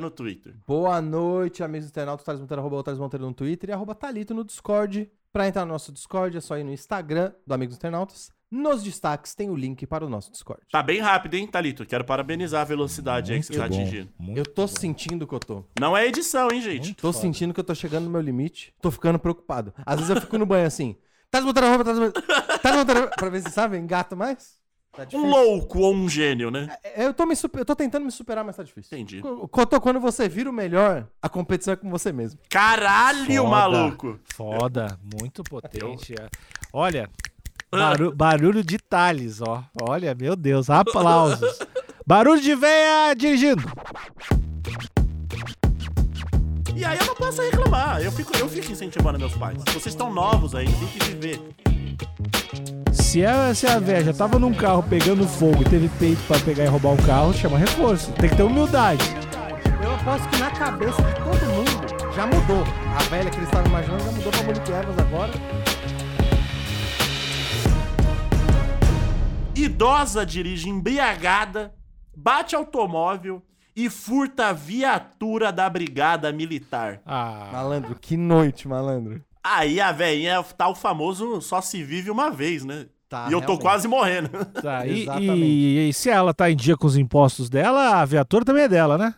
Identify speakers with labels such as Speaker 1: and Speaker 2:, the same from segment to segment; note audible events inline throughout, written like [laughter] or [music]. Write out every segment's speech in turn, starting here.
Speaker 1: no Twitter.
Speaker 2: Boa noite, amigos internautas, Thales Monteiro, arroba o Thales Monteiro no Twitter e arroba Thalito no Discord. Pra entrar no nosso Discord é só ir no Instagram do Amigos Internautas. Nos destaques tem o link para o nosso Discord.
Speaker 1: Tá bem rápido, hein, Thalito? Quero parabenizar a velocidade aí que você tá atingindo.
Speaker 2: Eu tô sentindo que eu tô.
Speaker 1: Não é edição, hein, gente?
Speaker 2: Tô sentindo que eu tô chegando no meu limite. Tô ficando preocupado. Às vezes eu fico no banho assim. Thales Monteiro, arroba Thales Monteiro. Thales Monteiro, pra ver se sabe, engata mais. Tá
Speaker 1: Um
Speaker 2: difícil.
Speaker 1: louco ou um gênio, né?
Speaker 2: É, Eu tô, me super- eu tô tentando me superar, mas tá difícil.
Speaker 1: Entendi.
Speaker 2: Co- Cotô, quando você vira o melhor, a competição é com você mesmo.
Speaker 1: Caralho,
Speaker 3: Foda.
Speaker 1: maluco!
Speaker 3: Foda, muito potente. é. Olha, barulho, barulho de Thales, ó. Olha, meu Deus, aplausos. Barulho de véia dirigindo.
Speaker 1: E aí eu não posso reclamar, eu fico, eu fico incentivando meus pais. Vocês estão novos aí, tem que viver.
Speaker 3: Se a, se é a véia já tava num carro pegando fogo e teve peito pra pegar e roubar o carro, chama reforço. Tem que ter humildade.
Speaker 2: Eu aposto que na cabeça de todo mundo já mudou. A velha que eles estavam imaginando já mudou pra Monique Evans agora.
Speaker 1: Idosa dirige embriagada, bate automóvel e furta a viatura da brigada militar.
Speaker 3: Ah,
Speaker 2: Malandro, que noite, malandro.
Speaker 1: Aí a velhinha tá o famoso só se vive uma vez, né?
Speaker 2: Tá,
Speaker 1: e eu tô
Speaker 2: realmente.
Speaker 1: quase morrendo.
Speaker 3: [laughs] tá. E,
Speaker 2: Ah, Exatamente.
Speaker 3: e- e se ela tá em dia com os impostos dela, a viatura também é dela, né?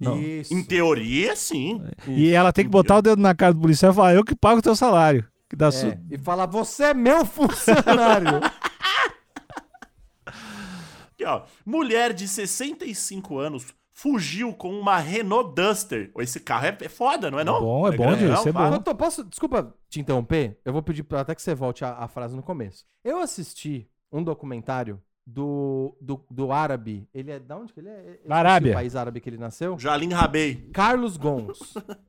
Speaker 3: Não.
Speaker 2: Isso.
Speaker 1: em teoria, sim.
Speaker 3: E ela tem que botar o dedo na cara do policial e falar: eu que pago o teu salário. Que dá su-
Speaker 2: É, E falar, você é meu [laughs] funcionário.
Speaker 1: Aqui, ó. Mulher de 65 anos fugiu com uma Renault Duster. Ô, Esse carro é, é foda, não é não?
Speaker 3: bom, é bom,
Speaker 1: grande,
Speaker 3: Diego,
Speaker 1: não,
Speaker 3: isso é
Speaker 1: pá.
Speaker 3: bom.
Speaker 2: Cotô, posso, desculpa te interromper? Eu vou pedir pra até que você volte a, a frase no começo. Eu assisti um documentário do, do, do árabe. Ele é da onde que ele é? Eu esqueci
Speaker 3: Arábia.
Speaker 2: O país árabe que ele nasceu.
Speaker 3: [laughs]
Speaker 1: Jalim Rabei.
Speaker 2: Carlos [laughs] Gomes.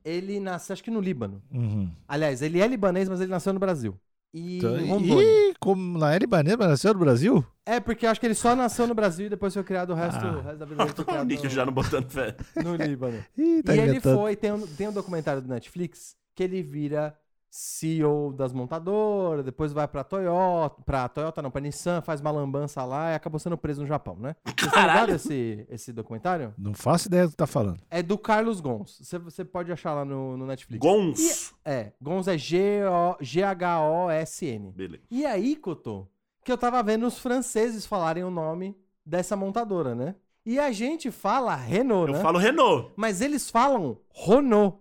Speaker 2: Ele nasceu, acho que no Líbano.
Speaker 3: Uhum.
Speaker 2: Aliás, ele é libanês, mas ele nasceu no Brasil. E
Speaker 3: Então,
Speaker 2: em Rondônia.
Speaker 3: e como na Libanês, mas nasceu no Brasil?
Speaker 2: É, porque eu acho que ele só nasceu no Brasil e depois foi criado o resto,
Speaker 3: Ah.
Speaker 2: o resto da vida dele
Speaker 1: [laughs]
Speaker 2: foi
Speaker 1: O
Speaker 2: criado
Speaker 1: Nick já não
Speaker 3: [laughs]
Speaker 1: botando fé.
Speaker 2: no, no Líbano.
Speaker 3: Ih, tá
Speaker 2: e ele
Speaker 3: inventando.
Speaker 2: foi, tem um, tem um documentário do Netflix que ele vira CEO das montadoras, depois vai pra Toyota, pra Toyota não, pra Nissan, faz uma lambança lá e acabou sendo preso no Japão, né? Você tá ligado esse, esse documentário?
Speaker 3: Não faço ideia do que tá falando.
Speaker 2: É do Carlos Gons. Você, você pode achar lá no, no Netflix.
Speaker 1: Gons.
Speaker 2: É, Gons é G-O- G-H-O-S-N.
Speaker 1: Beleza.
Speaker 2: E é aí, Cotô, que eu tava vendo os franceses falarem o nome dessa montadora, né? E a gente fala Renault,
Speaker 1: Eu
Speaker 2: né?
Speaker 1: falo Renault.
Speaker 2: Mas eles falam Renault.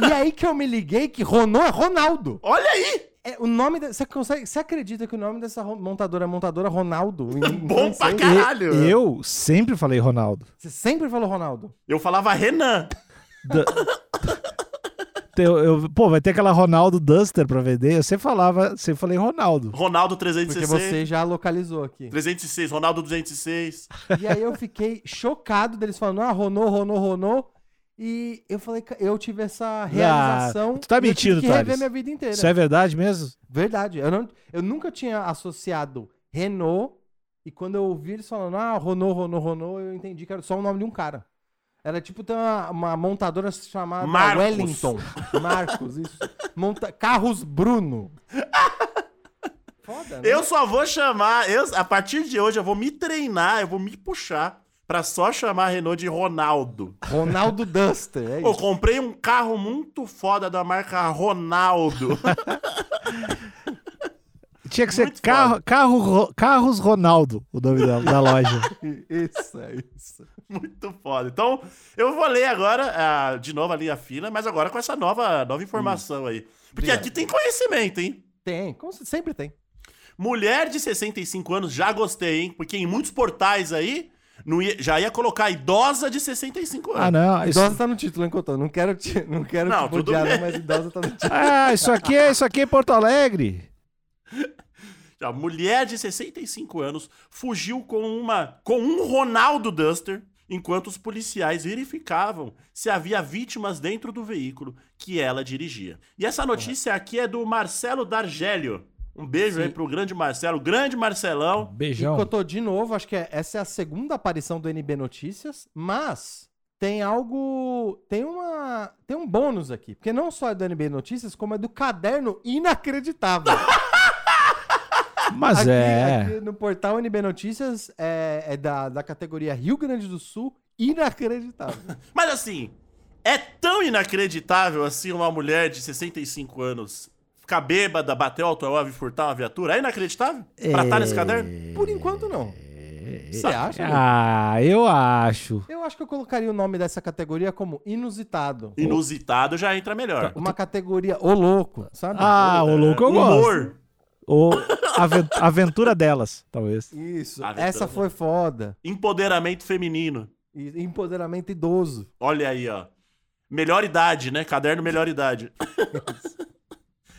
Speaker 2: E aí que eu me liguei que Renault é Ronaldo.
Speaker 1: Olha aí!
Speaker 2: É, o nome da- você consegue, você acredita que o nome dessa ro- montadora é montadora Ronaldo? Em, em
Speaker 1: Bom pra
Speaker 2: francês?
Speaker 1: caralho!
Speaker 3: Eu sempre falei Ronaldo.
Speaker 2: Você sempre falou Ronaldo.
Speaker 1: Eu falava Renan.
Speaker 3: Da- Eu- eu- pô, vai ter aquela Ronaldo Duster pra vender. Eu sempre falava, sempre falei Ronaldo.
Speaker 1: Ronaldo
Speaker 2: Porque
Speaker 1: 360.
Speaker 2: você já localizou aqui.
Speaker 1: 306, Ronaldo 206.
Speaker 2: E aí eu fiquei chocado deles falando, ah, Renault, Renault, Renault. E eu falei, "Ca- eu tive essa realização.
Speaker 3: tu tá
Speaker 2: e eu tive
Speaker 3: mentindo,
Speaker 2: que
Speaker 3: Thales.
Speaker 2: rever minha vida inteira.
Speaker 3: Isso é verdade mesmo?
Speaker 2: Verdade. Eu, não, eu nunca tinha associado Renault. E quando eu ouvi eles falando, ah, Renault, Renault, Renault, eu entendi que era só o nome de um cara. Era tipo ter uma, uma montadora chamada
Speaker 1: Marcos.
Speaker 2: Wellington. Marcos, isso. Monta Carros Bruno. Foda, né?
Speaker 1: Eu só vou chamar, eu, a partir de hoje eu vou me treinar, eu vou me puxar pra só chamar a Renault de Ronaldo.
Speaker 2: Ronaldo Duster. É
Speaker 1: Eu
Speaker 2: isso.
Speaker 1: comprei um carro muito foda da marca Ronaldo. [laughs]
Speaker 3: Tinha que ser
Speaker 1: Muito
Speaker 3: carro, carro, Ro- Carros Ronaldo, o nome da, da loja.
Speaker 2: [laughs]
Speaker 1: Oh.
Speaker 2: Isso, é isso.
Speaker 1: muito foda. Então, eu vou ler agora ah, de novo ali a fila, mas agora com essa nova, nova informação aí. Porque
Speaker 2: Obrigado.
Speaker 1: aqui tem conhecimento, hein?
Speaker 2: Tem, como se- sempre tem.
Speaker 1: Mulher de 65 anos, já gostei, hein? Porque em muitos portais aí, não ia- já ia colocar idosa de 65 anos.
Speaker 3: Ah, não. Isso,
Speaker 2: Idosa tá no título, hein, Cotô? Não quero te, não quero
Speaker 1: Não,
Speaker 2: te
Speaker 1: tudo
Speaker 2: bodear,
Speaker 1: bem.
Speaker 2: não, mas idosa tá no título.
Speaker 3: ah, isso aqui é isso aqui é Porto Alegre.
Speaker 1: A mulher de 65 anos fugiu com uma com um Ronaldo Duster enquanto os policiais verificavam se havia vítimas dentro do veículo que ela dirigia. E essa notícia aqui é do Marcelo D'Argélio. Um beijo
Speaker 2: Sim.
Speaker 1: aí pro grande Marcelo, grande Marcelão.
Speaker 3: Beijão.
Speaker 2: E Cotô, de novo, acho que é- essa é a segunda aparição do NB Notícias, mas tem algo. Tem uma. Tem um bônus aqui. Porque não só é do NB Notícias, como é do caderno
Speaker 3: [laughs]
Speaker 2: inacreditável.
Speaker 3: Mas
Speaker 2: aqui,
Speaker 3: é.
Speaker 2: aqui no portal NB Notícias é, é da, da categoria Rio Grande do Sul, inacreditável.
Speaker 1: Mas assim, é tão inacreditável assim uma mulher de 65 anos ficar bêbada, bater o automóvel e furtar uma viatura? É inacreditável? Pra estar nesse
Speaker 3: É.
Speaker 1: caderno?
Speaker 2: Por enquanto, não. Você acha? Lu?
Speaker 3: Ah, eu acho.
Speaker 2: Eu acho que eu colocaria o nome dessa categoria como inusitado.
Speaker 1: Inusitado já entra melhor.
Speaker 2: Uma categoria, ô louco, sabe?
Speaker 3: Ah, o
Speaker 2: É,
Speaker 3: louco eu gosto.
Speaker 1: Humor.
Speaker 3: Ou aven- Aventura delas, talvez.
Speaker 2: Isso.
Speaker 1: Ah,
Speaker 2: Essa
Speaker 1: verdade.
Speaker 2: foi foda.
Speaker 1: Empoderamento feminino.
Speaker 2: E Empoderamento idoso.
Speaker 1: Olha aí, ó. Melhor idade, né? Caderno melhor idade. [laughs]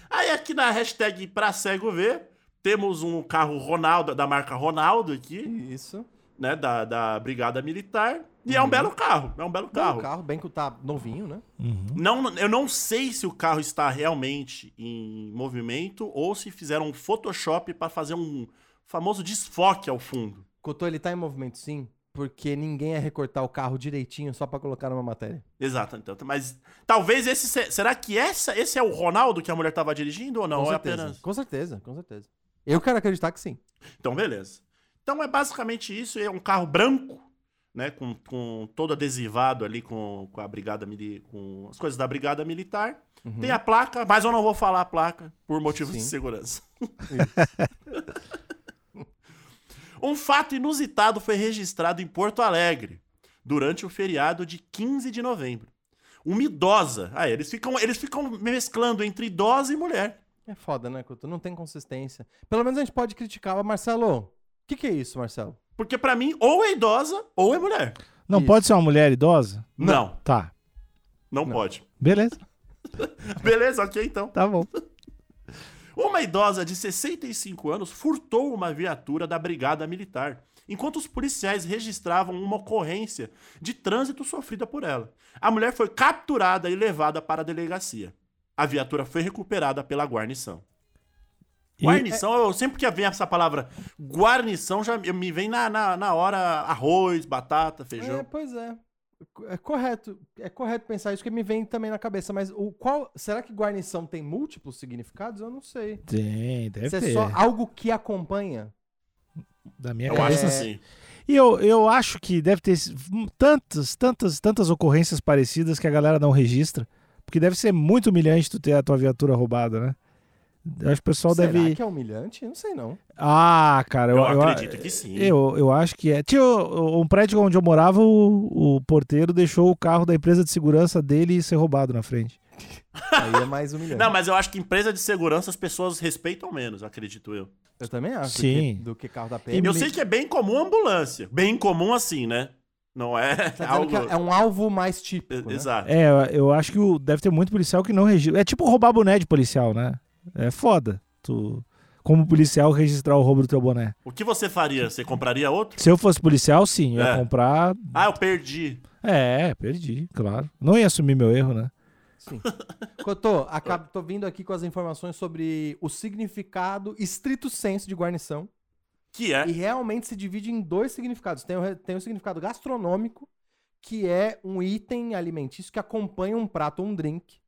Speaker 1: aí aqui na hashtag pra cego ver, temos um carro Ronaldo, da marca Ronaldo aqui,
Speaker 2: Isso.
Speaker 1: né? Da, da Brigada Militar. E é um belo carro, é um belo
Speaker 2: Carro.
Speaker 1: carro.
Speaker 2: Um carro bem que tá novinho, né?
Speaker 3: Uhum.
Speaker 1: Não, eu não sei se o carro está realmente em movimento ou se fizeram um Photoshop pra fazer um famoso desfoque ao fundo.
Speaker 2: Cotô, ele tá em movimento sim, porque ninguém ia recortar o carro direitinho só pra colocar numa matéria.
Speaker 1: Exato, então. Mas talvez esse. se- Será que essa, esse é o Ronaldo que a mulher tava dirigindo ou não?
Speaker 2: com
Speaker 1: Ou é
Speaker 2: certeza.
Speaker 1: apenas.
Speaker 2: Com certeza, com certeza. Eu quero acreditar que sim.
Speaker 1: Então, beleza. Então é basicamente isso, é um carro branco, né? Com, com todo adesivado ali com, com a brigada mili- com as coisas da brigada militar.
Speaker 2: Uhum.
Speaker 1: Tem a placa, mas eu não vou falar a placa por motivos de
Speaker 2: Sim. [laughs]
Speaker 1: segurança. um fato inusitado foi registrado em Porto Alegre durante o feriado de 15 de novembro. Uma idosa. Ah, eles ficam, eles ficam mesclando entre idosa e mulher.
Speaker 2: É foda, né, Cotô? Não tem consistência. Pelo menos a gente pode criticar. Mas, Marcelo, o que, que é isso, Marcelo?
Speaker 1: Porque pra mim, ou é idosa ou é mulher.
Speaker 3: Não
Speaker 2: Isso.
Speaker 3: pode ser uma mulher idosa?
Speaker 1: Não,
Speaker 3: Tá.
Speaker 1: não, pode. [laughs]
Speaker 3: Beleza,
Speaker 1: Beleza, ok então.
Speaker 3: tá bom.
Speaker 1: Uma idosa de 65 anos furtou uma viatura da Brigada Militar, enquanto os policiais registravam uma ocorrência de trânsito sofrida por ela. A mulher foi capturada e levada para a delegacia. A viatura foi recuperada pela guarnição.
Speaker 3: E-
Speaker 1: Guarnição, eu sempre que vem essa palavra guarnição, já me vem na, na, na hora arroz, batata, feijão.
Speaker 2: É, pois é. É correto. É correto pensar isso que me vem também na cabeça. Mas o qual. Será que guarnição tem múltiplos significados? Eu não sei.
Speaker 3: Tem, deve
Speaker 2: Se é
Speaker 3: ter.
Speaker 2: só É, algo que acompanha.
Speaker 3: Da minha
Speaker 1: Eu
Speaker 3: cabeça.
Speaker 1: acho assim.
Speaker 3: E eu, eu acho que deve ter s- tantas, tantas, tantas ocorrências parecidas que a galera não registra. Porque deve ser muito humilhante tu ter a tua viatura roubada, né? Eu acho que o pessoal
Speaker 2: Será
Speaker 3: deve.
Speaker 2: que é humilhante? Eu não sei,
Speaker 1: [laughs]
Speaker 2: não.
Speaker 3: Ah, cara,
Speaker 1: Eu,
Speaker 3: eu, eu,
Speaker 1: acredito que sim.
Speaker 3: eu, eu acho que é. Tinha o- o- um prédio onde eu morava, o, o porteiro deixou o carro da empresa de segurança dele ser roubado na frente.
Speaker 2: Aí é mais
Speaker 1: [laughs]
Speaker 2: humilhante.
Speaker 1: Não, mas eu acho que empresa de segurança as pessoas respeitam menos, acredito eu.
Speaker 2: Eu também acho.
Speaker 3: Sim.
Speaker 2: Do que, do que carro da
Speaker 3: E
Speaker 2: PM.
Speaker 1: Eu sei que é bem comum ambulância. Bem comum assim, né? Não é [laughs]
Speaker 2: Tá dizendo
Speaker 1: algo...
Speaker 2: que é um alvo mais típico. né?
Speaker 1: Exato.
Speaker 3: É, eu- eu acho que o- deve ter muito policial que não registra. É tipo roubar boné de policial, né? É foda. Tu, como policial, registrar o roubo do teu boné.
Speaker 1: O que você faria? Você compraria outro?
Speaker 3: Se eu fosse policial, sim, eu ia
Speaker 1: É.
Speaker 3: comprar.
Speaker 1: Ah, eu perdi.
Speaker 3: É, perdi, claro. Não ia assumir meu erro, né?
Speaker 2: Sim. Cotô,
Speaker 1: [laughs]
Speaker 2: acabo, tô vindo aqui com as informações sobre o significado estrito senso de guarnição.
Speaker 1: Que é.
Speaker 2: E realmente se divide em dois significados. Tem o, re- tem o significado gastronômico, que é um item alimentício que acompanha um prato ou um drink,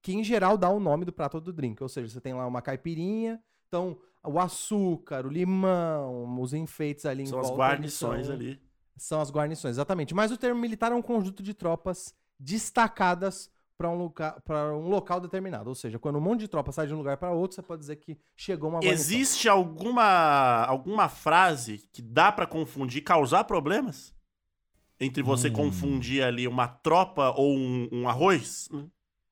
Speaker 2: que em geral dá o nome do prato ou do drink. Ou seja, você tem lá uma caipirinha, então o açúcar, o limão, os enfeites ali em
Speaker 1: São as
Speaker 2: volta, eles
Speaker 1: guarnições
Speaker 2: são-
Speaker 1: ali.
Speaker 2: São as guarnições, exatamente. Mas o termo militar é um conjunto de tropas destacadas para um, loca pra um local determinado. Ou seja, quando um monte de tropa sai de um lugar para outro, você pode dizer que chegou uma guarnição.
Speaker 1: Existe alguma, alguma frase que dá pra confundir, causar problemas? Entre você
Speaker 2: Hum.
Speaker 1: confundir ali uma tropa ou um, um arroz?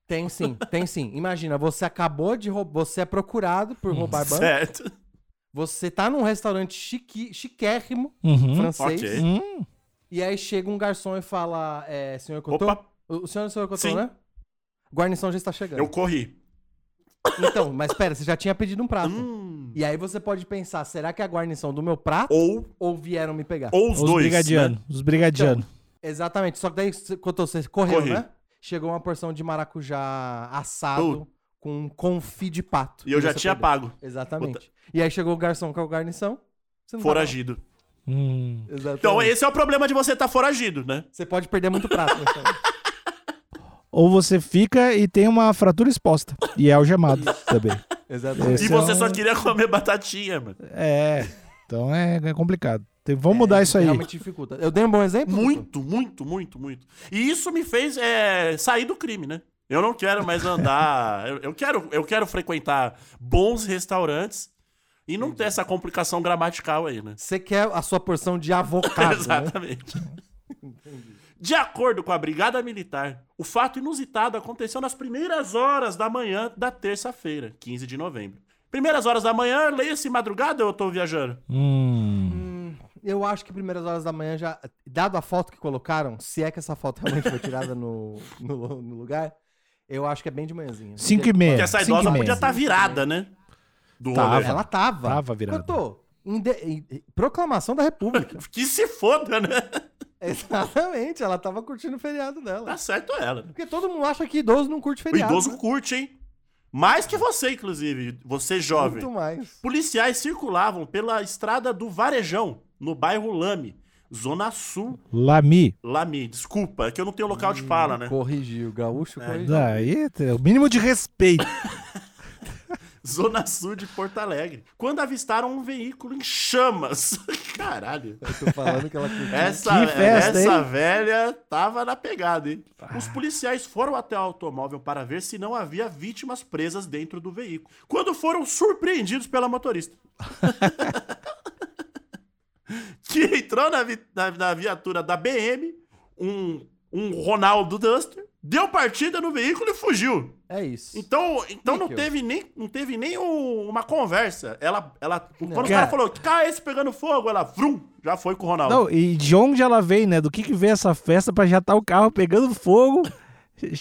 Speaker 2: Tem sim, tem sim. Imagina, você acabou de roubar. Você é procurado por roubar banco.
Speaker 1: Uhum. [laughs] Certo.
Speaker 2: Você tá num restaurante chique, chiquérrimo,
Speaker 3: Uhum.
Speaker 2: francês.
Speaker 1: ok.
Speaker 3: Hum,
Speaker 2: E aí chega um garçom e fala: é, Senhor Cotô?
Speaker 1: Opa,
Speaker 2: O o senhor é o senhor Cotô,
Speaker 1: Sim.
Speaker 2: né? Guarnição já está chegando.
Speaker 1: eu corri.
Speaker 2: Então, mas pera, você já tinha pedido um prato.
Speaker 1: Hum.
Speaker 2: E aí você pode pensar: será que é a guarnição do meu prato
Speaker 1: Ou,
Speaker 2: ou vieram me pegar?
Speaker 1: ou os,
Speaker 3: os
Speaker 1: dois. né?
Speaker 3: brigadianos. Os brigadianos.
Speaker 2: Exatamente. Só que daí, c- quando você correu,
Speaker 1: Corri.
Speaker 2: né? Chegou uma porção de maracujá assado com um confi de pato.
Speaker 1: E eu já
Speaker 2: você
Speaker 1: tinha
Speaker 2: perdeu.
Speaker 1: pago.
Speaker 3: Então
Speaker 2: Exatamente. E aí chegou o garçom com a garnição.
Speaker 3: tá
Speaker 2: Você não tava lá.
Speaker 1: Foragido.
Speaker 3: Hum.
Speaker 2: Exatamente.
Speaker 1: Então, esse é o problema de você estar foragido, né?
Speaker 2: Você pode perder muito prato. né, cara?
Speaker 3: [laughs] Ou você fica e tem uma fratura exposta. E é
Speaker 1: [laughs]
Speaker 3: algemado também.
Speaker 2: Exatamente.
Speaker 3: Esse
Speaker 1: E você
Speaker 3: é
Speaker 1: só
Speaker 3: um-
Speaker 1: queria comer batatinha, mano.
Speaker 3: É. Então é, é complicado. Tem- vamos mudar isso aí.
Speaker 2: Realmente dificulta. Eu dei um bom exemplo? Dudu?
Speaker 1: Muito, muito, muito, muito. E isso me fez é, sair do crime, né? Eu não quero mais andar. [laughs] eu, eu quero, eu quero frequentar bons restaurantes e não ter essa complicação gramatical aí, né?
Speaker 2: Você quer a sua porção de
Speaker 3: [laughs]
Speaker 1: [laughs]
Speaker 2: avocado, né? Uhum.
Speaker 1: Exatamente. De acordo com a Brigada Militar, o fato inusitado aconteceu nas primeiras horas da manhã da terça-feira, 15 de novembro. Primeiras horas da manhã, leia-se madrugada, eu tô viajando.
Speaker 2: É,
Speaker 3: Hum.
Speaker 2: Eu acho que primeiras horas da manhã já. Dado a foto que colocaram, se é que essa foto realmente foi tirada no, no, no lugar, eu acho que é bem de manhãzinha.
Speaker 3: Cinco e
Speaker 2: Porque-
Speaker 3: meia.
Speaker 1: Porque essa
Speaker 3: cinco
Speaker 1: idosa
Speaker 3: e meia.
Speaker 1: podia estar virada, né? Do
Speaker 3: Tava.
Speaker 1: rolê.
Speaker 2: Ela tava.
Speaker 3: Tava virada.
Speaker 2: Cotô, inde- em- em- Proclamação da República. [laughs]
Speaker 1: Que se foda, né?
Speaker 2: Exatamente, ela tava curtindo o feriado dela.
Speaker 1: Tá certo ela. né?
Speaker 2: Porque todo mundo acha que idoso não curte
Speaker 1: O
Speaker 2: feriado.
Speaker 1: idoso
Speaker 2: né?
Speaker 1: curte, hein? Mais que você, inclusive. Você jovem.
Speaker 2: Muito mais.
Speaker 1: Policiais circulavam pela estrada do Varejão, no bairro Lame, Zona Sul.
Speaker 3: Lami.
Speaker 1: Lame, desculpa, é que eu não tenho local de fala,
Speaker 3: Hum,
Speaker 1: né? então.
Speaker 2: Corrigiu, gaúcho corrigiu.
Speaker 3: Daí, é o mínimo de respeito.
Speaker 1: Zona Sul de Porto Alegre. Quando avistaram um veículo em chamas. [laughs] Caralho.
Speaker 2: Eu tô falando que ela curtiu.
Speaker 1: Essa, é,
Speaker 3: Que festa,
Speaker 1: essa
Speaker 3: hein? Ah.
Speaker 1: velha tava na pegada, hein? Os policiais foram até o automóvel para ver se não havia vítimas presas dentro do veículo. Quando foram surpreendidos pela motorista. [laughs] que entrou na, vi- na- na viatura da BM, um, um Ronaldo Duster, deu partida no veículo e fugiu.
Speaker 2: É isso.
Speaker 1: Então, então não,
Speaker 2: Níquel.
Speaker 1: teve nem, não teve nem o- uma conversa. Ela, ela, quando o
Speaker 3: Cara.
Speaker 1: cara falou, cara, esse pegando fogo, ela, vrum, já foi com o Ronaldo.
Speaker 3: Não, e de onde ela veio, né? Do que que veio essa festa pra já tá o carro pegando fogo?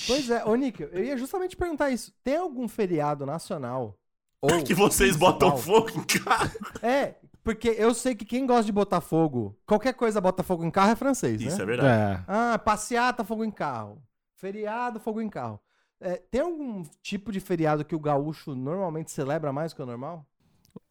Speaker 2: Pois é, ô Níquel, eu ia justamente perguntar isso. Tem algum feriado nacional? Ou
Speaker 1: Que vocês
Speaker 2: é
Speaker 1: botam
Speaker 2: municipal?
Speaker 1: fogo em carro.
Speaker 2: É, porque eu sei que quem gosta de botar fogo, qualquer coisa bota fogo em carro é francês,
Speaker 1: Isso
Speaker 2: né?
Speaker 1: é verdade.
Speaker 2: Ah, passeata, fogo em carro. Feriado, fogo em carro. É, tem algum tipo de feriado que o gaúcho normalmente celebra mais que o normal?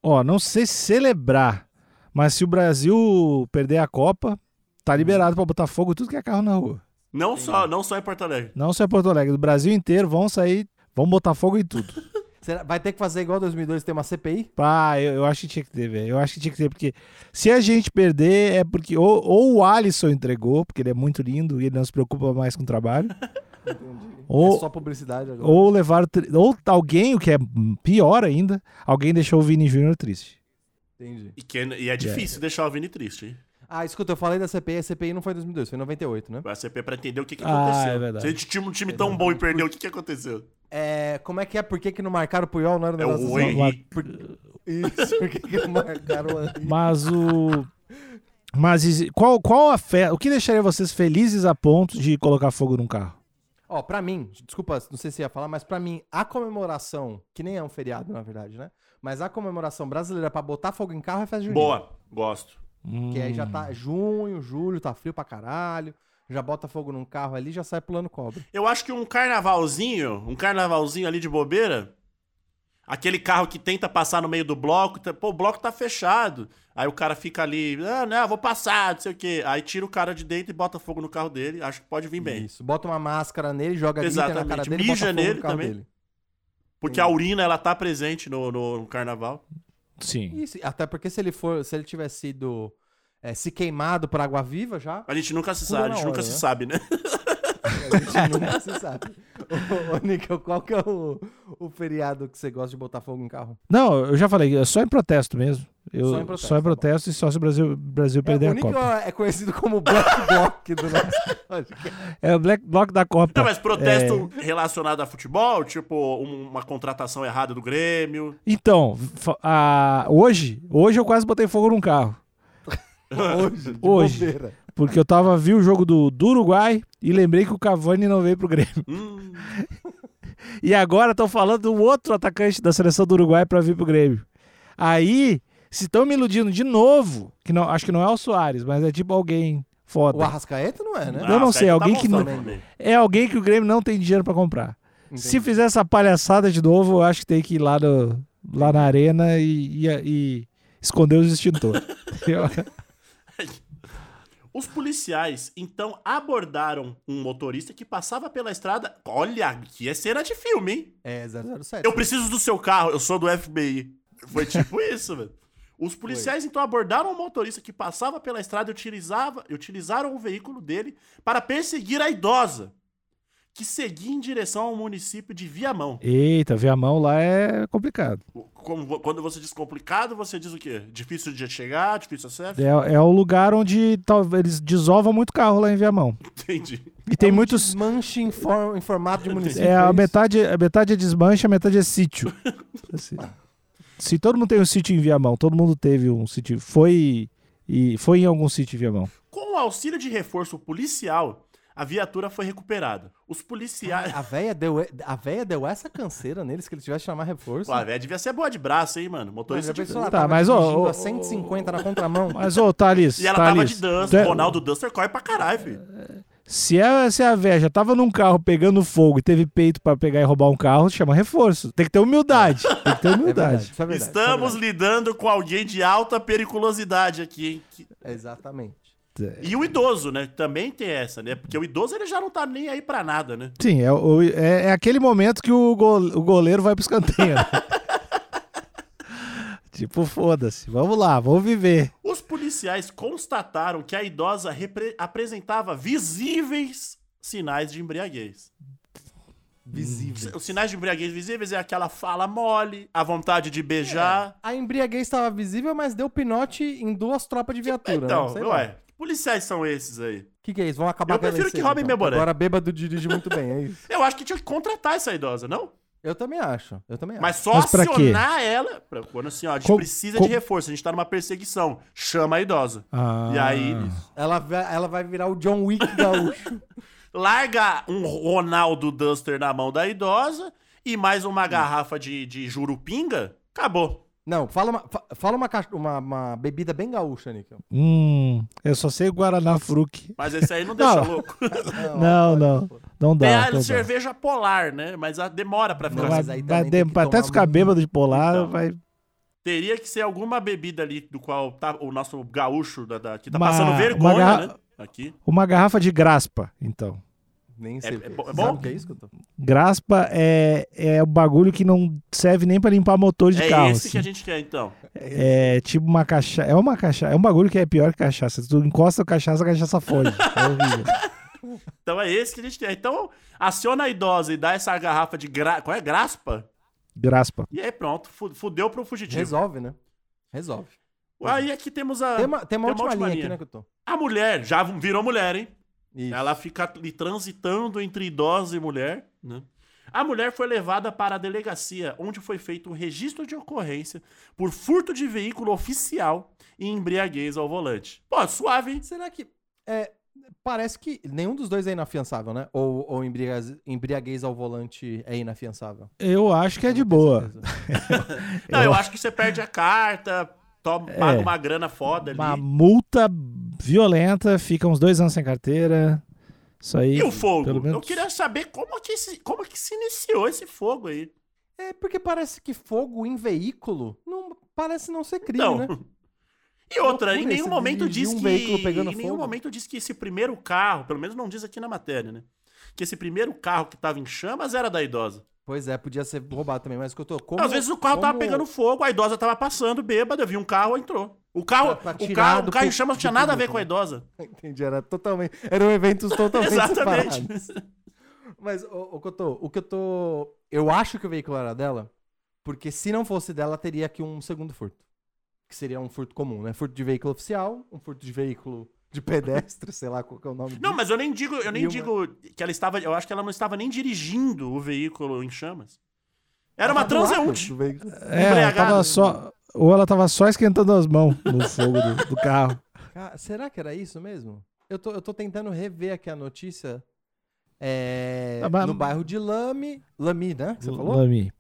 Speaker 3: Ó, não sei se celebrar, mas se o Brasil perder a Copa, tá liberado pra botar fogo tudo que é carro na rua.
Speaker 1: Não só, não só em Porto Alegre.
Speaker 3: Não só em Porto Alegre, do Brasil inteiro vão sair, vão botar fogo em tudo. [laughs]
Speaker 2: Será- vai ter que fazer igual 2002, ter uma CPI?
Speaker 3: Ah, eu, eu acho que tinha que ter, velho. Eu acho que tinha que ter, porque se a gente perder é porque ou, ou o Alisson entregou, porque ele é muito lindo e ele não se preocupa mais com o trabalho, [laughs] ou,
Speaker 2: É só publicidade agora.
Speaker 3: ou levar ou alguém, o que é pior ainda, alguém deixou o Vini Júnior triste.
Speaker 2: Entendi.
Speaker 1: E, que- e é difícil deixar o Vini triste, hein?
Speaker 2: Ah, escuta, eu falei da CPI, a CPI não foi em 2002, foi em 98, né?
Speaker 1: Vai ser é pra entender o que, que
Speaker 3: Ah,
Speaker 1: aconteceu.
Speaker 3: é verdade.
Speaker 1: Se a gente tinha um time tão bom e perdeu, o que, que aconteceu?
Speaker 2: É, como é que é? Por que, que não marcaram o Puyol? Não era um
Speaker 1: É o
Speaker 2: negócio
Speaker 1: Rui
Speaker 2: assim?
Speaker 1: Henrique.
Speaker 2: Por- Isso, por que, que não marcaram o Henrique?
Speaker 3: Mas o mas exi- qual qual a fé, o que deixaria vocês felizes a ponto de colocar fogo num carro?
Speaker 2: Ó, pra mim, desculpa, não sei se ia falar, mas pra mim, a comemoração, que nem é um feriado, na verdade, né? Mas a comemoração brasileira pra botar fogo em carro é festa junina.
Speaker 1: Boa, gosto.
Speaker 2: Que aí já tá junho, julho, tá frio pra caralho. Já bota fogo num carro ali já sai pulando cobre.
Speaker 1: Eu acho que um carnavalzinho, um carnavalzinho ali de bobeira, aquele carro que tenta passar no meio do bloco, tá- pô, o bloco tá fechado. Aí o cara fica ali, ah, não, vou passar, não sei o quê. Aí tira o cara de dentro e bota fogo no carro dele, acho que pode vir bem.
Speaker 2: Isso. Bota uma máscara nele, joga glitter na cara
Speaker 1: Exatamente.
Speaker 2: dele,
Speaker 1: Mija
Speaker 2: bota fogo
Speaker 1: nele
Speaker 2: no carro
Speaker 1: também.
Speaker 2: dele.
Speaker 1: Porque a urina, ela tá presente no, no carnaval.
Speaker 3: Sim.
Speaker 2: Isso, até porque se ele for, se ele tivesse sido é, se queimado por água viva já,
Speaker 1: A gente nunca se
Speaker 2: Pula
Speaker 1: sabe, a
Speaker 2: na
Speaker 1: gente nunca
Speaker 2: hora,
Speaker 1: se
Speaker 2: né?
Speaker 1: sabe, né? [laughs]
Speaker 2: a gente nunca se sabe. Ô, ô Nickel, qual que é o, o feriado que você gosta de botar fogo em carro?
Speaker 3: Não, eu já falei, é só em protesto mesmo. Eu,
Speaker 2: Só em protesto,
Speaker 3: só em
Speaker 2: tá bom.
Speaker 3: protesto e só se o Brasil, Brasil perder
Speaker 2: é, o
Speaker 3: a
Speaker 2: Nickel
Speaker 3: Copa.
Speaker 2: é conhecido como Black Block do nosso [laughs] podcast.
Speaker 3: É o Black Block da Copa.
Speaker 1: Não, mas protesto
Speaker 3: É.
Speaker 1: relacionado a futebol, tipo um- uma contratação errada do Grêmio.
Speaker 3: Então, fa- a- hoje, hoje eu quase botei fogo num carro.
Speaker 2: [laughs] Hoje, de
Speaker 3: Hoje.
Speaker 2: bobeira.
Speaker 3: Porque eu tava, vi o jogo do, do Uruguai e lembrei que o Cavani não veio pro Grêmio.
Speaker 1: Hum,
Speaker 3: E agora estão falando do outro atacante da seleção do Uruguai pra vir pro Grêmio. Aí, se estão me iludindo de novo, que não, acho que não é o Soares, mas é tipo alguém foda.
Speaker 2: O Arrascaeta não é, né?
Speaker 3: Eu não sei,
Speaker 1: Arrascaeta
Speaker 3: alguém que não-
Speaker 1: voltando também.
Speaker 3: É alguém que o Grêmio não tem dinheiro pra comprar. Se fizer essa palhaçada de novo, eu acho que tem que ir lá, no- lá na arena e, e- e esconder os extintores. Eu-
Speaker 1: Os policiais então abordaram um motorista que passava pela estrada. Olha, que é cena de filme, hein?
Speaker 2: É 007.
Speaker 1: Eu preciso do seu carro, eu sou do FBI. Foi tipo isso, velho. Os policiais então abordaram o motorista que passava pela estrada e utilizava, e utilizaram o veículo dele para perseguir a idosa, que seguia em direção ao município de Viamão.
Speaker 3: Eita, ver a mão lá é complicado.
Speaker 1: Como vo- quando você diz complicado, você diz o quê? Difícil de chegar, difícil acesso?
Speaker 3: É, é o lugar onde talvez eles desovam muito carro lá em Viamão.
Speaker 1: Entendi.
Speaker 3: E tem muitos.
Speaker 2: Manche em, for- em formato de município.
Speaker 3: É, a
Speaker 2: isso?
Speaker 3: metade, a metade é desmanche, a metade é
Speaker 1: [laughs]
Speaker 3: sítio. Assim. Se todo mundo tem um sítio em Viamão, todo mundo teve um sítio. Foi, e foi em algum sítio em Viamão.
Speaker 1: Com o auxílio de reforço policial, a viatura foi recuperada. Os policiais.
Speaker 2: A véia, deu, e- a véia deu essa canseira neles que ele tivesse que chamar reforço.
Speaker 1: [laughs] Pô, a véia devia ser boa de braço, hein, mano?
Speaker 2: Mano, já
Speaker 1: Motorista de
Speaker 2: pensou, ela
Speaker 3: Tá,
Speaker 2: tava
Speaker 3: mas, ó,
Speaker 2: dirigindo
Speaker 3: ó,
Speaker 2: a 150 na contramão.
Speaker 3: Mas, ô, Thales.
Speaker 1: [laughs] E ela tava
Speaker 3: Thales,
Speaker 1: de Duster,
Speaker 3: Thé-
Speaker 1: Ronaldo Duster corre pra caralho, filho.
Speaker 3: é Se a, se a véia já tava num carro pegando fogo e teve peito pra pegar e roubar um carro, chama reforço. Tem que ter humildade. Tem
Speaker 1: [laughs]
Speaker 3: que ter
Speaker 2: É verdade,
Speaker 3: humildade.
Speaker 2: isso é verdade, isso é
Speaker 1: Estamos
Speaker 2: verdade.
Speaker 1: lidando com alguém de alta periculosidade aqui, hein? Que-
Speaker 2: Exatamente.
Speaker 1: E o idoso, né? Também tem essa, né? Porque o idoso ele já não tá nem aí pra nada, né?
Speaker 3: Sim, é, o- é- é aquele momento que o, gol- o goleiro vai pro escanteio.
Speaker 1: [laughs]
Speaker 3: né? tipo, foda-se. Vamos lá, vamos viver.
Speaker 1: Os policiais constataram que a idosa repre- apresentava visíveis sinais de embriaguez.
Speaker 2: Visível.
Speaker 1: Os sinais de embriaguez visíveis é aquela fala mole, a vontade de beijar.
Speaker 2: A embriaguez estava visível, mas deu pinote em duas tropas de
Speaker 3: É.
Speaker 2: viatura.
Speaker 1: Então,
Speaker 2: né? Sei lá.
Speaker 1: ué, que policiais são esses aí?
Speaker 2: O que, que é isso? Vão acabar
Speaker 1: Eu
Speaker 2: com a
Speaker 1: prefiro que
Speaker 2: licença,
Speaker 1: roubem meu boné.
Speaker 2: então. Agora bêbado dirige muito bem, é isso.
Speaker 1: Eu acho que tinha que contratar essa idosa, não?
Speaker 2: [laughs] Eu também acho. Eu também
Speaker 1: Mas
Speaker 2: acho.
Speaker 1: só
Speaker 3: É. Mas pra quê?
Speaker 1: acionar ela. Pra, quando assim, ó, a gente
Speaker 3: Co-
Speaker 1: precisa
Speaker 3: co-
Speaker 1: de reforço, a gente tá numa perseguição. Chama a idosa. E
Speaker 3: Ah.
Speaker 1: aí,
Speaker 2: Ela, vai- ela vai virar o John Wick gaúcho.
Speaker 1: larga um Ronaldo Duster na mão da idosa e mais uma
Speaker 3: Hum.
Speaker 1: garrafa de, de jurupinga, acabou.
Speaker 2: [laughs] Não, fala, uma, fa- fala uma, caixa- uma, uma bebida bem gaúcha, [laughs] Nickel.
Speaker 3: Hum, eu só sei o Guaraná Fruc.
Speaker 1: Mas
Speaker 3: [laughs]
Speaker 1: esse aí não deixa
Speaker 3: Não.
Speaker 1: louco.
Speaker 3: Não, não. Não
Speaker 1: Tem
Speaker 3: dá.
Speaker 1: a
Speaker 3: Não dá.
Speaker 1: cerveja polar, né? Mas a demora pra ficar. assim.
Speaker 2: Não,
Speaker 3: Vai,
Speaker 2: mas aí
Speaker 3: vai
Speaker 2: também tem
Speaker 3: dem-
Speaker 2: que
Speaker 3: até
Speaker 2: tomar
Speaker 3: ficar
Speaker 2: muito.
Speaker 3: bêbado de polar,
Speaker 1: Então.
Speaker 3: vai
Speaker 1: Teria que ser alguma bebida ali do qual tá o nosso gaúcho da, da- que tá
Speaker 3: Uma-
Speaker 1: passando
Speaker 3: uma
Speaker 1: vergonha,
Speaker 3: garra-
Speaker 1: né? Aqui.
Speaker 3: Uma garrafa de graspa, então.
Speaker 2: Nem sei.
Speaker 1: é
Speaker 2: o que
Speaker 1: bo- é
Speaker 2: isso.
Speaker 1: bom?
Speaker 2: Sabe o que é isso que eu tô?
Speaker 3: Graspa é, é um bagulho que não serve nem pra limpar motor de
Speaker 1: É
Speaker 3: carro.
Speaker 1: esse que a
Speaker 3: assim.
Speaker 1: gente quer, então.
Speaker 3: É tipo uma cachaça. É uma cachaça. É um bagulho que é pior que cachaça. Tu encosta o cachaça, a cachaça
Speaker 1: [laughs]
Speaker 3: foge. É horrível.
Speaker 1: Então é esse que a gente quer. Então aciona a idosa e dá essa garrafa de gra... qual é? graspa.
Speaker 3: Graspa.
Speaker 1: E aí pronto, fu- fudeu pro fugitivo.
Speaker 2: Resolve, né? Resolve.
Speaker 1: Aí aqui temos a.
Speaker 2: Tem uma, tem uma última, linha, aqui, né, que eu tô.
Speaker 1: A mulher, já virou mulher, hein?
Speaker 2: Isso.
Speaker 1: Ela fica ali transitando entre idosa e mulher, né? A mulher foi levada para a delegacia, onde foi feito um registro de ocorrência por furto de veículo oficial e embriaguez ao volante. Pô, suave, hein?
Speaker 2: Será que. é, parece que nenhum dos dois é inafiançável, né? Ou, ou embriaguez, embriaguez ao volante é inafiançável.
Speaker 3: Eu acho que é de
Speaker 2: Eu não tenho
Speaker 3: boa.
Speaker 2: certeza.
Speaker 1: [laughs] Não, eu,
Speaker 3: Eu-
Speaker 1: acho que você perde a carta, toma,
Speaker 3: É.
Speaker 1: paga uma grana foda ali.
Speaker 3: Uma multa violenta, fica uns dois anos sem carteira. Isso aí.
Speaker 1: E o fogo?
Speaker 3: Pelo menos...
Speaker 1: Eu queria saber como que, se, como que se iniciou esse fogo aí.
Speaker 2: É porque parece que fogo em veículo não, parece não ser crime,
Speaker 1: Não.
Speaker 2: né?
Speaker 1: [laughs] E outra,
Speaker 2: loucura
Speaker 1: em nenhum
Speaker 2: esse
Speaker 1: momento
Speaker 2: dirigir
Speaker 1: diz
Speaker 2: um
Speaker 1: que.
Speaker 2: veículo pegando
Speaker 1: em nenhum
Speaker 2: fogo.
Speaker 1: momento diz que esse primeiro carro, pelo menos não diz aqui na matéria, né? Que esse primeiro carro que tava em chamas era da idosa.
Speaker 2: Pois é, podia ser roubado também, mas o que eu tô. Como,
Speaker 1: Às vezes o carro tava
Speaker 2: como-
Speaker 1: pegando fogo, a idosa tava passando, bêbada, viu um carro, entrou. O carro,
Speaker 2: Pra- pra
Speaker 1: o
Speaker 2: tirar
Speaker 1: carro,
Speaker 2: do
Speaker 1: o carro em
Speaker 2: pu-
Speaker 1: chamas não
Speaker 2: do
Speaker 1: tinha nada a ver
Speaker 2: público,
Speaker 1: com a
Speaker 2: né?
Speaker 1: idosa.
Speaker 2: [laughs] Entendi, era totalmente. Eram [laughs] eventos totalmente
Speaker 1: Exatamente.
Speaker 2: separados. Mas, o, que eu tô. O que eu tô. Eu acho que o veículo era dela, porque se não fosse dela, teria aqui um segundo furto. Que seria um furto comum, né? Furto de veículo oficial, um furto de veículo de pedestre, [laughs] sei lá qual que é o nome
Speaker 1: Não,
Speaker 2: disso.
Speaker 1: mas eu nem digo, eu nem
Speaker 2: E uma-
Speaker 1: digo que ela estava, eu acho que ela não estava nem dirigindo o veículo em chamas. Era uma
Speaker 2: Tá do lado
Speaker 1: transeunte.
Speaker 2: [laughs] do veículo.
Speaker 3: É, ela
Speaker 1: embriagado.
Speaker 3: tava só. Ou ela tava só esquentando as mãos no fogo do, do
Speaker 1: [laughs]
Speaker 3: carro.
Speaker 2: Cara, será que era isso mesmo? Eu tô, eu tô tentando rever aqui a notícia. É,
Speaker 3: Tá, mas-
Speaker 2: No bairro de Lame. Lami, né? que Você falou?
Speaker 3: Lami.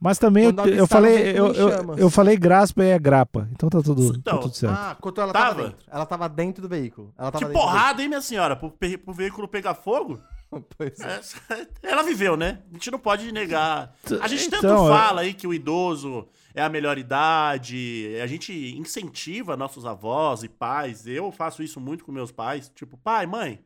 Speaker 3: Mas também eu,
Speaker 2: Quando alguém
Speaker 3: eu
Speaker 2: está no
Speaker 3: falei,
Speaker 2: veículo
Speaker 3: eu,
Speaker 2: em
Speaker 3: eu,
Speaker 2: chamas.
Speaker 3: eu falei graspa e é grapa. Então tá tudo, tá
Speaker 1: Então,
Speaker 3: tudo certo.
Speaker 2: Ah, quando ela tava,
Speaker 1: Tava?
Speaker 2: dentro. Ela tava dentro do veículo. Ela tava
Speaker 1: Que
Speaker 2: dentro do
Speaker 1: porrada, hein, minha senhora? Pro, pe- pro veículo pegar fogo?
Speaker 2: veículo. [laughs] Pois é.
Speaker 1: Essa- Ela viveu, né? A gente não pode negar. A gente tanto
Speaker 3: Então, é-
Speaker 1: fala aí que o idoso é a melhor idade, a gente incentiva nossos avós e pais. Eu faço isso muito com meus pais. Tipo, pai, mãe,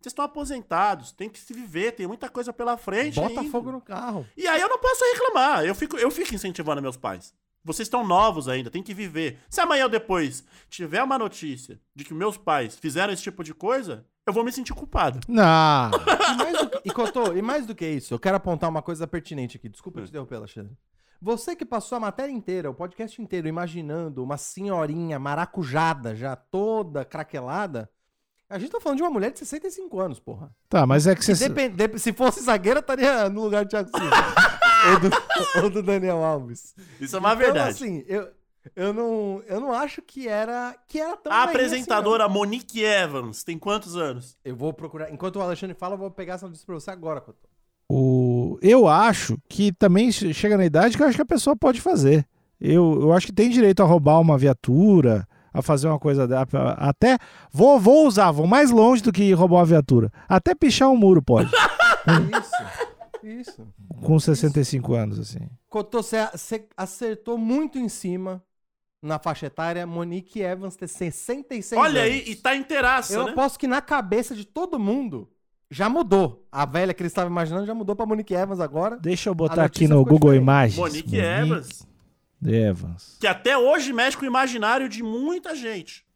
Speaker 1: vocês estão aposentados, tem que se viver, tem muita coisa pela frente.
Speaker 2: Bota
Speaker 1: ainda."
Speaker 2: fogo no carro.
Speaker 1: E aí eu não posso reclamar. Eu fico, eu fico incentivando meus pais. Vocês estão novos ainda, tem que viver. Se amanhã ou depois tiver uma notícia de que meus pais fizeram esse tipo de coisa, eu vou me sentir culpado.
Speaker 3: Não.
Speaker 2: E mais do que, e, Cotô, e mais do que isso, eu quero apontar uma coisa pertinente aqui. Desculpa
Speaker 1: Hum.
Speaker 2: te interromper, Alexandre. Você que passou a matéria inteira, o podcast inteiro, imaginando uma senhorinha maracujada, já toda craquelada. A gente tá falando de uma mulher de 65 anos, porra.
Speaker 3: Tá, mas é que você.
Speaker 2: Depen- dep- se fosse zagueira, estaria no lugar do
Speaker 1: [laughs]
Speaker 2: Thiago Silva. ou, do, ou do Daniel Alves.
Speaker 1: Isso é uma
Speaker 2: Então,
Speaker 1: verdade.
Speaker 2: assim, eu, eu, não, eu não acho que era, que era tão
Speaker 1: A
Speaker 2: velhinha assim, não.
Speaker 1: apresentadora Monique Evans tem quantos anos?
Speaker 2: eu vou procurar. Enquanto o Alexandre fala, eu vou pegar essa notícia pra você agora, Cotô.
Speaker 1: [laughs]
Speaker 3: O... Eu acho que também che- chega na idade que eu acho que a pessoa pode fazer. Eu, eu acho que tem direito a roubar uma viatura, a fazer uma coisa. da- a- Até. Vou, vou usar, vou mais longe do que roubar uma viatura. Até pichar um muro pode,
Speaker 2: Isso, isso.
Speaker 3: com 65 anos, assim.
Speaker 2: Cotô, você acertou muito em cima na faixa etária. Monique Evans tem 66
Speaker 1: Olha
Speaker 2: anos.
Speaker 1: aí, e tá inteiraça,
Speaker 2: Eu
Speaker 1: né?
Speaker 2: aposto que na cabeça de todo mundo já mudou. A velha que eles estavam imaginando já mudou pra Monique Evans agora.
Speaker 3: Deixa eu botar
Speaker 2: A
Speaker 3: aqui
Speaker 2: notícia
Speaker 3: no
Speaker 2: ficou
Speaker 3: Google
Speaker 2: diferente.
Speaker 3: Imagens.
Speaker 1: Monique Evans,
Speaker 3: Evans.
Speaker 1: que até hoje mexe com o imaginário de muita gente.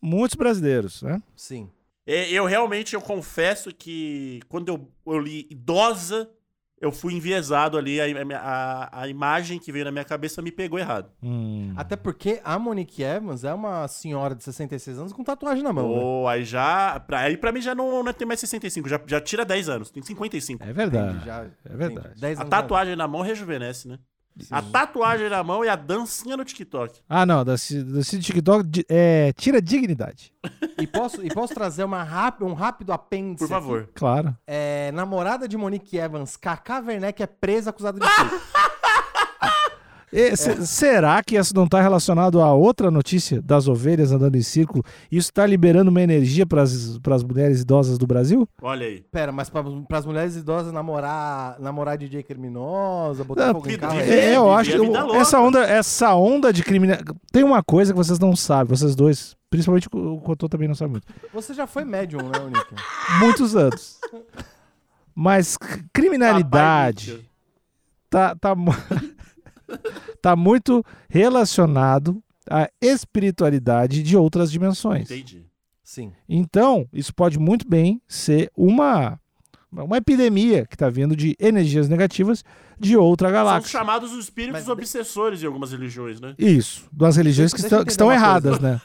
Speaker 3: Muitos brasileiros, né?
Speaker 2: Sim.
Speaker 1: É, Eu realmente, eu confesso que quando eu, eu li idosa, eu fui enviesado ali, a, a, a imagem que veio na minha cabeça me pegou errado.
Speaker 3: Hum.
Speaker 2: Até porque a Monique Evans é uma senhora de 66 anos com tatuagem na mão. né?
Speaker 1: Ou aí já, pra, aí pra mim já não, não tem mais 65, já, já tira 10 anos, tem 55.
Speaker 3: É
Speaker 2: Entendi,
Speaker 3: verdade.
Speaker 2: já,
Speaker 3: É verdade.
Speaker 2: entendi. 10
Speaker 1: A
Speaker 2: anos na-
Speaker 1: tatuagem na mão rejuvenesce, né?
Speaker 2: né? Sim.
Speaker 1: A tatuagem na mão e a dancinha no TikTok.
Speaker 3: Ah, não, da, Ci- da Cid TikTok di- é, tira dignidade.
Speaker 2: E posso, e posso trazer uma rápi- um rápido apêndice.
Speaker 1: Por
Speaker 2: aqui?
Speaker 1: favor.
Speaker 3: Claro.
Speaker 2: É, namorada de Monique Evans, Kaká Werneck, é presa acusada de
Speaker 1: Ah!
Speaker 2: estupro.
Speaker 3: E se- Será que isso não está relacionado a outra notícia das ovelhas andando em círculo? Isso está liberando uma energia para as mulheres idosas do Brasil?
Speaker 1: Olha aí.
Speaker 2: Pera, mas pra, pras mulheres idosas namorar, namorar DJ criminosa, botar
Speaker 3: Não,
Speaker 2: fogo em
Speaker 1: que
Speaker 2: carro.
Speaker 3: É,
Speaker 1: É,
Speaker 2: é-
Speaker 1: vive
Speaker 3: eu
Speaker 1: a
Speaker 3: acho que
Speaker 1: vida
Speaker 3: o-
Speaker 1: louca.
Speaker 3: essa onda, essa onda de criminal. Tem uma coisa que vocês não sabem, vocês dois, principalmente o Cotô também não sabe muito.
Speaker 2: Você já foi médium, né, Nick?
Speaker 3: Muitos anos. Mas c- criminalidade.
Speaker 1: Papai Mitchell.
Speaker 3: tá, tá, mu- [laughs] tá muito relacionado à espiritualidade de outras dimensões.
Speaker 1: Entendi.
Speaker 2: Sim.
Speaker 3: Então, isso pode muito bem ser uma, uma epidemia que está vindo de energias negativas de outra
Speaker 1: São
Speaker 3: galáxia.
Speaker 1: chamados os espíritos
Speaker 2: Mas-
Speaker 1: obsessores de algumas religiões, né?
Speaker 3: Isso, das religiões que
Speaker 2: Deixa eu
Speaker 3: estão, que estão
Speaker 2: entender uma
Speaker 3: erradas, né?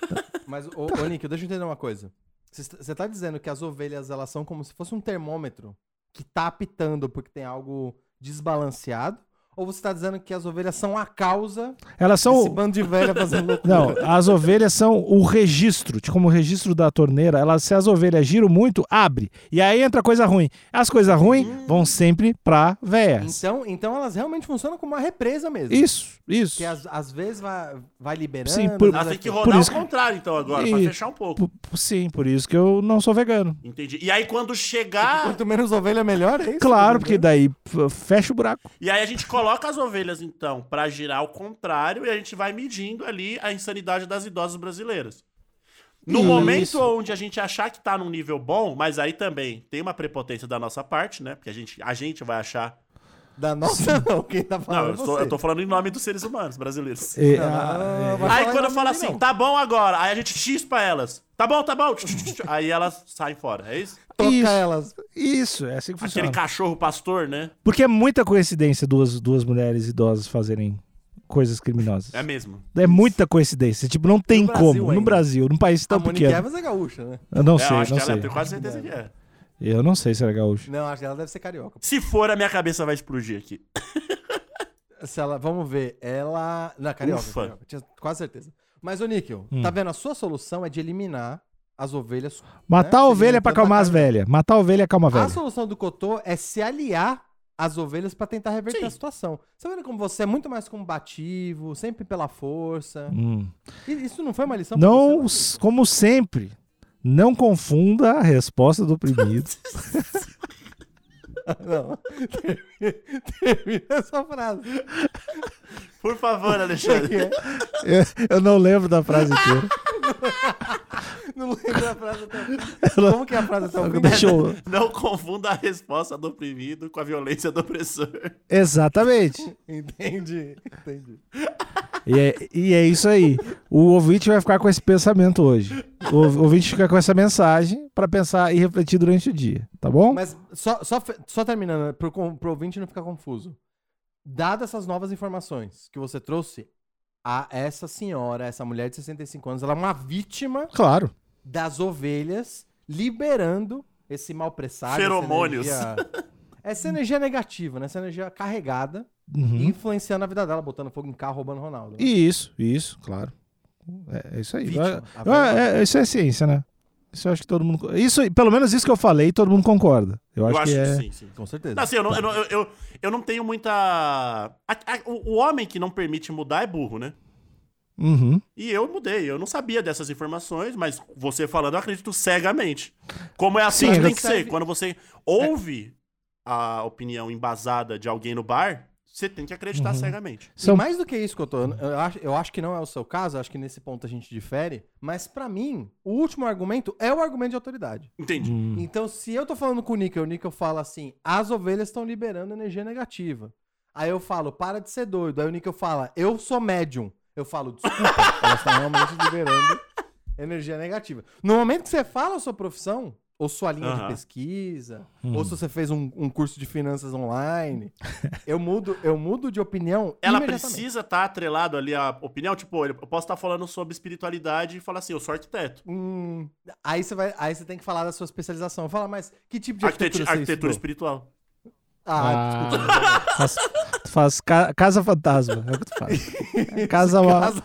Speaker 2: Mas, ô, ô Nick, deixa eu entender uma coisa. Você tá dizendo que as ovelhas, elas são como se fosse um termômetro que tá apitando porque tem algo desbalanceado? Ou você tá dizendo que as ovelhas são a causa
Speaker 3: Elas
Speaker 2: desse
Speaker 3: são.
Speaker 2: bando de
Speaker 3: [laughs]
Speaker 2: velha fazendo loucura?
Speaker 3: Não,
Speaker 1: é.
Speaker 3: as ovelhas são o registro, de como o registro da torneira. Elas, se as ovelhas giram muito, abre. E aí entra coisa ruim. As coisas ruins vão sempre pra véias.
Speaker 2: Então, então elas realmente funcionam como uma represa mesmo.
Speaker 3: Isso, isso.
Speaker 2: Então, Que é às, às vezes vai, vai liberando. né?
Speaker 3: Sim, por-
Speaker 2: às vezes
Speaker 1: Ela
Speaker 2: vai
Speaker 1: tem que
Speaker 2: ficando.
Speaker 3: é Por
Speaker 1: rodar ao
Speaker 3: isso que-
Speaker 1: contrário, então, agora, pra
Speaker 3: E-
Speaker 1: fechar um pouco.
Speaker 3: P- p- Sim, por isso que eu não sou vegano.
Speaker 1: Entendi. E aí quando chegar.
Speaker 2: assim, Quanto menos ovelha, melhor, é isso?
Speaker 3: Claro, porque daí p- fecha o buraco.
Speaker 1: E aí a gente coloca as ovelhas, então, pra girar ao contrário e a gente vai medindo ali a insanidade das idosas brasileiras. No
Speaker 3: Isso.
Speaker 1: momento onde a gente achar que tá num nível bom, mas aí também tem uma prepotência da nossa parte, né? Porque a gente, a gente vai achar.
Speaker 2: Da nossa, não. Quem tá
Speaker 1: Não,
Speaker 2: falando?
Speaker 1: eu,
Speaker 2: é
Speaker 1: tô,
Speaker 2: você.
Speaker 1: eu tô falando em nome dos seres humanos brasileiros.
Speaker 3: [laughs] É,
Speaker 2: Não,
Speaker 3: a-
Speaker 2: não, não vai
Speaker 1: Aí
Speaker 2: falar
Speaker 1: quando
Speaker 2: em nome
Speaker 1: fala
Speaker 2: dele,
Speaker 1: assim,
Speaker 2: não.
Speaker 1: tá bom agora, aí a gente chispa elas. Tá bom, tá bom. Aí elas saem fora, é isso?
Speaker 2: Toca
Speaker 3: Isso.
Speaker 2: elas.
Speaker 3: Isso, é assim que
Speaker 1: Aquele
Speaker 3: funciona.
Speaker 1: cachorro pastor, né?
Speaker 3: Porque é muita coincidência duas, duas mulheres idosas fazerem coisas criminosas.
Speaker 1: É mesmo.
Speaker 3: É, muita coincidência. Tipo, não tem
Speaker 2: No Brasil
Speaker 3: como.
Speaker 2: ainda.
Speaker 3: No Brasil, num país
Speaker 2: A
Speaker 3: tão
Speaker 2: Monique
Speaker 3: pequeno.
Speaker 2: Evans é gaúcha, né?
Speaker 3: Eu não
Speaker 1: É,
Speaker 3: sei,
Speaker 1: eu acho
Speaker 3: não
Speaker 1: que
Speaker 3: sei.
Speaker 1: ela, eu tenho quase certeza que é.
Speaker 3: Eu não sei se é era gaúcho.
Speaker 2: Não, acho que ela deve ser carioca.
Speaker 1: Se for, a minha cabeça vai explodir aqui.
Speaker 2: Se ela, vamos ver, ela...
Speaker 3: Um
Speaker 2: Não, carioca.
Speaker 1: Ufa.
Speaker 2: carioca, Tinha quase certeza. Mas, ô Níquel,
Speaker 3: Hum.
Speaker 2: tá vendo? A sua solução é de eliminar as ovelhas.
Speaker 3: Matar
Speaker 2: né?
Speaker 3: a ovelha é pra
Speaker 2: Eliminando a Ah,
Speaker 3: acalmar as velhas. Matar a ovelha acalma a
Speaker 2: A
Speaker 3: velha.
Speaker 2: solução do Cotô é se aliar as ovelhas pra tentar reverter
Speaker 1: Sim.
Speaker 2: a situação. Você vendo como você é muito mais combativo, sempre pela força.
Speaker 3: Hum.
Speaker 2: E isso não foi uma lição pra
Speaker 3: Não,
Speaker 2: Então, você, [laughs]
Speaker 3: s- como sempre, não confunda a resposta do oprimido.
Speaker 2: não? Não. Termina essa frase.
Speaker 3: [laughs]
Speaker 1: Por favor, Alexandre.
Speaker 3: É. eu, eu não lembro da frase inteira.
Speaker 2: Não lembro a frase até o fim. Como que é a frase até o fim?
Speaker 3: Deixa eu-
Speaker 1: Não confunda a resposta do oprimido com a violência do opressor.
Speaker 3: Exatamente.
Speaker 2: [laughs] Entendi, entendi.
Speaker 3: E é, e é isso aí. O ouvinte vai ficar com esse pensamento hoje. O ouv- ouvinte fica com essa mensagem pra pensar e refletir durante o dia, tá bom?
Speaker 2: Mas só, só, fe- só terminando, né, pro, con- pro ouvinte não ficar confuso. Dadas essas novas informações que você trouxe, a essa senhora, essa mulher de 65 anos, ela é uma vítima
Speaker 3: Claro.
Speaker 2: das ovelhas liberando esse mal presságio. essa
Speaker 1: Feromônios.
Speaker 2: energia- É, Essa energia negativa, né? Essa energia carregada,
Speaker 3: Uhum.
Speaker 2: influenciando a vida dela, botando fogo em carro, roubando Ronaldo. né?
Speaker 3: E isso, isso, claro. É, é isso aí.
Speaker 2: Vítima.
Speaker 3: Ah, ah, é- isso é ciência, né? Isso eu acho que todo mundo. Isso, pelo menos isso que eu falei, todo mundo concorda. Eu acho,
Speaker 1: Eu acho
Speaker 3: que,
Speaker 1: que,
Speaker 3: é.
Speaker 1: sim, sim.
Speaker 2: Com certeza.
Speaker 1: Não, assim, eu não, eu, não- eu, eu- eu não tenho muita. a- a- o, o homem que não permite mudar é burro, né?
Speaker 3: Uhum.
Speaker 1: E eu mudei, eu não sabia dessas informações, mas você falando, eu acredito cegamente. Como é assim
Speaker 3: Sim,
Speaker 1: que
Speaker 3: eu-
Speaker 1: tem que ser. Quando você ouve a opinião embasada de alguém no bar, você tem que acreditar
Speaker 2: Uhum.
Speaker 1: cegamente.
Speaker 2: E
Speaker 3: São-
Speaker 2: mais do que isso, Cotô, eu acho, eu acho que não é o seu caso, eu acho que nesse ponto a gente difere, mas pra mim, o último argumento é o argumento de autoridade.
Speaker 1: Entendi.
Speaker 2: Então, se eu tô falando com o Nickel, o Nickel fala assim, as ovelhas estão liberando energia negativa. Aí eu falo, para de ser doido. Aí o Nickel fala, eu sou médium. Eu falo, desculpa,
Speaker 1: [laughs]
Speaker 2: elas estão realmente liberando energia negativa. No momento que você fala a sua profissão, ou sua linha de
Speaker 1: Aham. Hum.
Speaker 2: pesquisa, ou se você fez um, um curso de finanças online, eu mudo, eu mudo de opinião
Speaker 1: Ela
Speaker 2: imediatamente.
Speaker 1: precisa estar atrelado ali à opinião. Tipo, eu posso estar falando sobre espiritualidade e falar assim, eu sou arquiteto.
Speaker 2: Hum, aí você vai, aí você tem que falar da sua especialização. Fala, mas que tipo de
Speaker 1: Arquitetura,
Speaker 2: arquitetura,
Speaker 1: arquitetura
Speaker 2: você estudou?
Speaker 1: espiritual.
Speaker 2: Ah,
Speaker 3: Ah, [laughs] faz, tu faz ca- casa fantasma. É o que tu faz. É casa, mal- casa,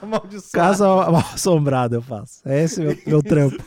Speaker 2: casa maldição.
Speaker 3: mal assombrada, eu faço. É esse meu, meu trampo.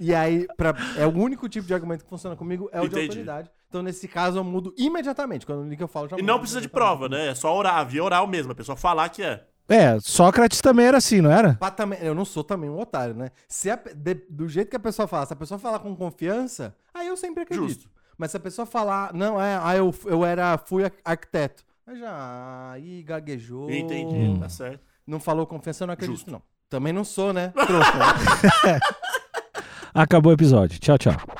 Speaker 2: E aí, pra, é o único tipo de argumento que funciona comigo é o de
Speaker 1: Entendi.
Speaker 2: autoridade. Então, nesse caso, eu mudo imediatamente. Quando o que eu falo, eu já
Speaker 1: E
Speaker 2: mudo
Speaker 1: não precisa de
Speaker 2: imediatamente.
Speaker 1: prova, né? É só orar, via oral mesmo. A pessoa falar que é.
Speaker 3: É, Sócrates também era assim, não
Speaker 2: [laughs]
Speaker 3: era?
Speaker 2: Pra também- eu não sou também um otário, né? Se a pe- de- do jeito que a pessoa fala, se a pessoa falar com confiança, aí eu sempre acredito.
Speaker 1: Justo.
Speaker 2: Mas se a pessoa falar, não, é, ah, eu, eu era, fui ar- arquiteto. Aí já, aí gaguejou.
Speaker 1: Entendi,
Speaker 2: Hum.
Speaker 3: Hum.
Speaker 1: tá certo.
Speaker 2: Não falou confiança, eu não acredito,
Speaker 1: Justo. [laughs]
Speaker 2: não. Também não sou, né? Trouxa.
Speaker 3: Acabou o episódio. Tchau, tchau.